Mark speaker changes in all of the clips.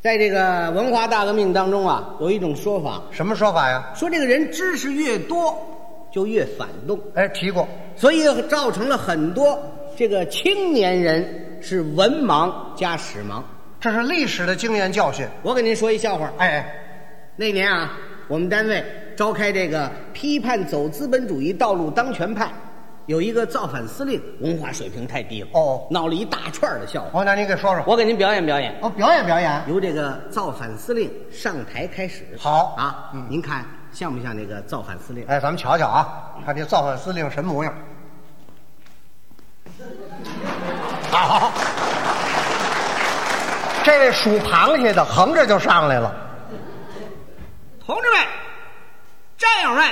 Speaker 1: 在这个文化大革命当中啊，有一种说法，
Speaker 2: 什么说法呀？
Speaker 1: 说这个人知识越多，就越反动，
Speaker 2: 哎，提过，
Speaker 1: 所以造成了很多这个青年人是文盲加史盲。
Speaker 2: 这是历史的经验教训。
Speaker 1: 我给您说一笑话，
Speaker 2: 哎哎，
Speaker 1: 那年啊，我们单位召开这个批判走资本主义道路当权派，有一个造反司令，文化水平太低了，
Speaker 2: 哦
Speaker 1: 闹了一大串儿的笑话。
Speaker 2: 哦，那你给说说，
Speaker 1: 我给您表演表演，
Speaker 2: 哦，表演表演，
Speaker 1: 由这个造反司令上台开始。
Speaker 2: 好
Speaker 1: 啊，
Speaker 2: 嗯
Speaker 1: 您看像不像那个造反司令？
Speaker 2: 哎，咱们瞧瞧啊，看这造反司令什么模样。好，这位属螃蟹的横着就上来了，
Speaker 1: 同志们、战友们，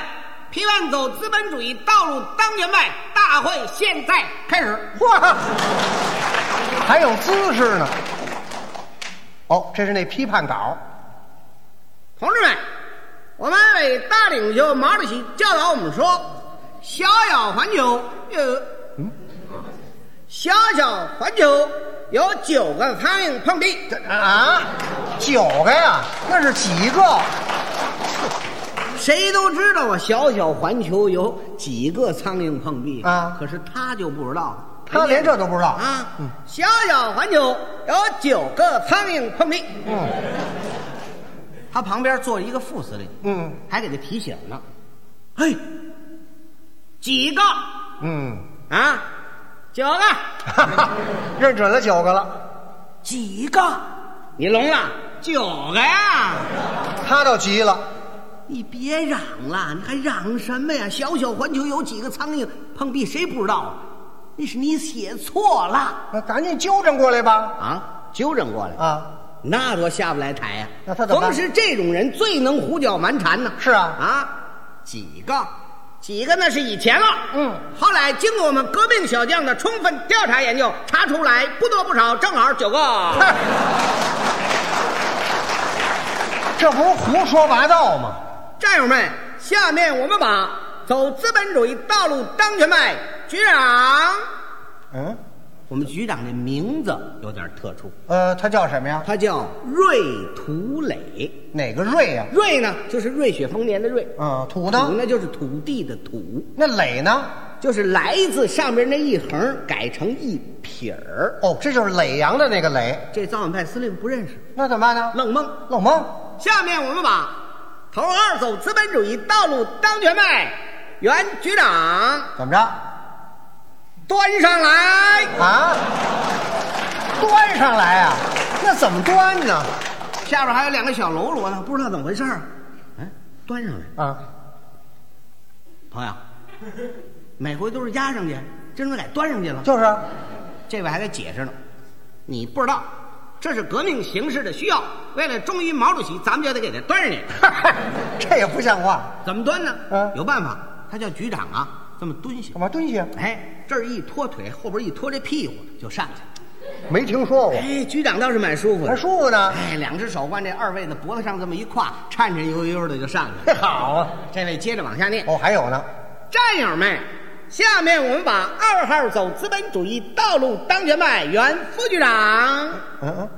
Speaker 1: 批判走资本主义道路当权派大会现在开始。
Speaker 2: 哇，还有姿势呢。哦，这是那批判稿，
Speaker 1: 同志们，我们伟大领袖毛主席教导我们说：“小小环球有，
Speaker 2: 嗯
Speaker 1: 小小环球有九个苍蝇碰壁。”
Speaker 2: 这啊，九个呀，那是几个？
Speaker 1: 谁都知道啊，小小环球有几个苍蝇碰壁
Speaker 2: 啊
Speaker 1: 可是他就不知道，
Speaker 2: 他连这都不知道。嗯
Speaker 1: 啊，小小环球有九个苍蝇碰壁。
Speaker 2: 嗯
Speaker 1: 他旁边坐着一个副司令，
Speaker 2: 嗯
Speaker 1: 还给他提醒呢。
Speaker 2: 哎
Speaker 1: 嘿，几个
Speaker 2: 嗯，
Speaker 1: 啊？九个，
Speaker 2: 哈哈， 认准了九个了，
Speaker 1: 几个？你聋了？九个呀！
Speaker 2: 他倒急了。
Speaker 1: 你别嚷了，你还嚷什么呀？小小环球有几个苍蝇碰壁，谁不知道啊？那是你写错了
Speaker 2: 那赶紧纠正过来吧！
Speaker 1: 啊！纠正过来，
Speaker 2: 啊，
Speaker 1: 那多下不来台呀、
Speaker 2: 那他怎么办
Speaker 1: 逢是这种人最能胡搅蛮缠呢。
Speaker 2: 是啊
Speaker 1: 啊，几个，几个那是以前了。
Speaker 2: 嗯，
Speaker 1: 后来经过我们革命小将的充分调查研究，查出来不多不少，正好九个。
Speaker 2: 这不是胡说八道吗？
Speaker 1: 战友们，下面我们把走资本主义道路当权派局长，
Speaker 2: 嗯，
Speaker 1: 我们局长这名字有点特殊，
Speaker 2: 呃，他叫什么呀？
Speaker 1: 他叫瑞土磊。
Speaker 2: 哪个瑞呀、
Speaker 1: 瑞呢，就是瑞雪丰年的瑞；
Speaker 2: 嗯，土呢？
Speaker 1: 土呢，就是土地的土，
Speaker 2: 那垒呢？
Speaker 1: 就是来自上边那一横改成一撇儿。
Speaker 2: 哦，这就是耒阳的那个耒。
Speaker 1: 这造反派司令不认识，
Speaker 2: 那怎么办呢？
Speaker 1: 愣蒙。
Speaker 2: 老蒙，
Speaker 1: 下面我们把头二走资本主义道路当权派原局长
Speaker 2: 怎么着？
Speaker 1: 端上来。
Speaker 2: 啊，端上来啊？那怎么端呢？
Speaker 1: 下边还有两个小喽啰呢，不知道怎么回事儿。哎，端上来，
Speaker 2: 啊，
Speaker 1: 朋友，每回都是压上去，这回改端上去了。
Speaker 2: 就是啊，
Speaker 1: 这位还得解释呢，你不知道，这是革命形势的需要。为了忠于毛主席，咱们就得给他端上去。
Speaker 2: 哈哈这也不像话。
Speaker 1: 怎么端呢？
Speaker 2: 嗯
Speaker 1: 有办法，他叫局长啊，这么蹲下
Speaker 2: 干。嘛蹲下？
Speaker 1: 哎，这儿一拖腿，后边一拖这屁股就上去了。
Speaker 2: 没听说过，
Speaker 1: 哎，局长倒是蛮舒服
Speaker 2: 还
Speaker 1: 的。
Speaker 2: 舒服呢。
Speaker 1: 哎，两只手往这二位的脖子上这么一挎，颤颤悠悠的就上去了。
Speaker 2: 好啊。
Speaker 1: 这位接着往下念。
Speaker 2: 哦，还有呢。
Speaker 1: 战友们，下面我们把二号走资本主义道路当权派原副局长，
Speaker 2: 嗯嗯，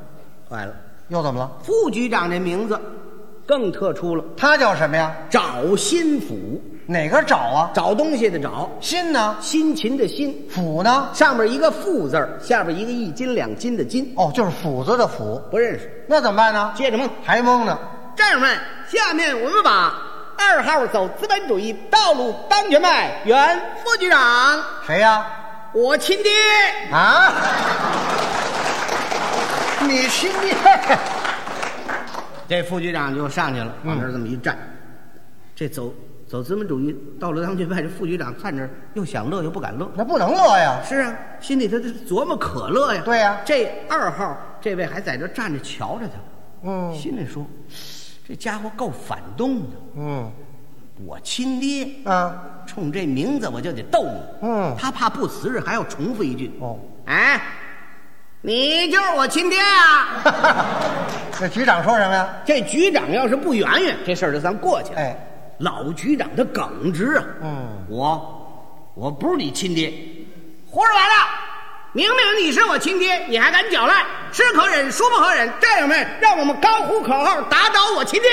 Speaker 1: 坏了，
Speaker 2: 又怎么了？
Speaker 1: 副局长这名字更特殊了，
Speaker 2: 他叫什么呀？
Speaker 1: 找心府，
Speaker 2: 哪个找啊？
Speaker 1: 找东西的找，
Speaker 2: 心呢？
Speaker 1: 辛勤的辛，
Speaker 2: 斧呢？
Speaker 1: 上面一个富字儿，下边一个一斤两斤的斤，
Speaker 2: 哦，就是斧子的斧。
Speaker 1: 不认识。
Speaker 2: 那怎么办呢？
Speaker 1: 接着蒙，
Speaker 2: 还蒙呢？
Speaker 1: 战友们，下面我们把二号走资本主义道路当权派原副局长，
Speaker 2: 谁呀？
Speaker 1: 我亲爹。
Speaker 2: 啊？ 你亲爹？
Speaker 1: 这副局长就上去了，往那
Speaker 2: 嗯
Speaker 1: 儿这么一站，这走走资本主义道路当权派，这副局长看着又想乐又不敢乐。
Speaker 2: 那不能乐呀！
Speaker 1: 是啊，心里头这琢磨可乐呀。
Speaker 2: 对呀
Speaker 1: 这二号这位还在这站着瞧着他，
Speaker 2: 嗯
Speaker 1: 心里说，这家伙够反动的，
Speaker 2: 嗯
Speaker 1: 我亲爹，
Speaker 2: 啊
Speaker 1: 冲这名字我就得逗你。
Speaker 2: 嗯
Speaker 1: 他怕不辞职，还要重复一句。
Speaker 2: 哦，
Speaker 1: 哎，你就是我亲爹啊！
Speaker 2: 哈哈那局长说什么呀？
Speaker 1: 这局长要是不圆圆，这事儿就算过去了。
Speaker 2: 哎，
Speaker 1: 老局长他耿直啊。
Speaker 2: 嗯，
Speaker 1: 我我不是你亲爹，胡说八道！明明你是我亲爹，你还敢狡赖，是可忍，孰不可忍！战友们，让我们高呼口号，打倒我亲爹！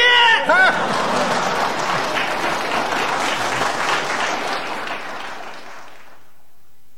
Speaker 2: 哎，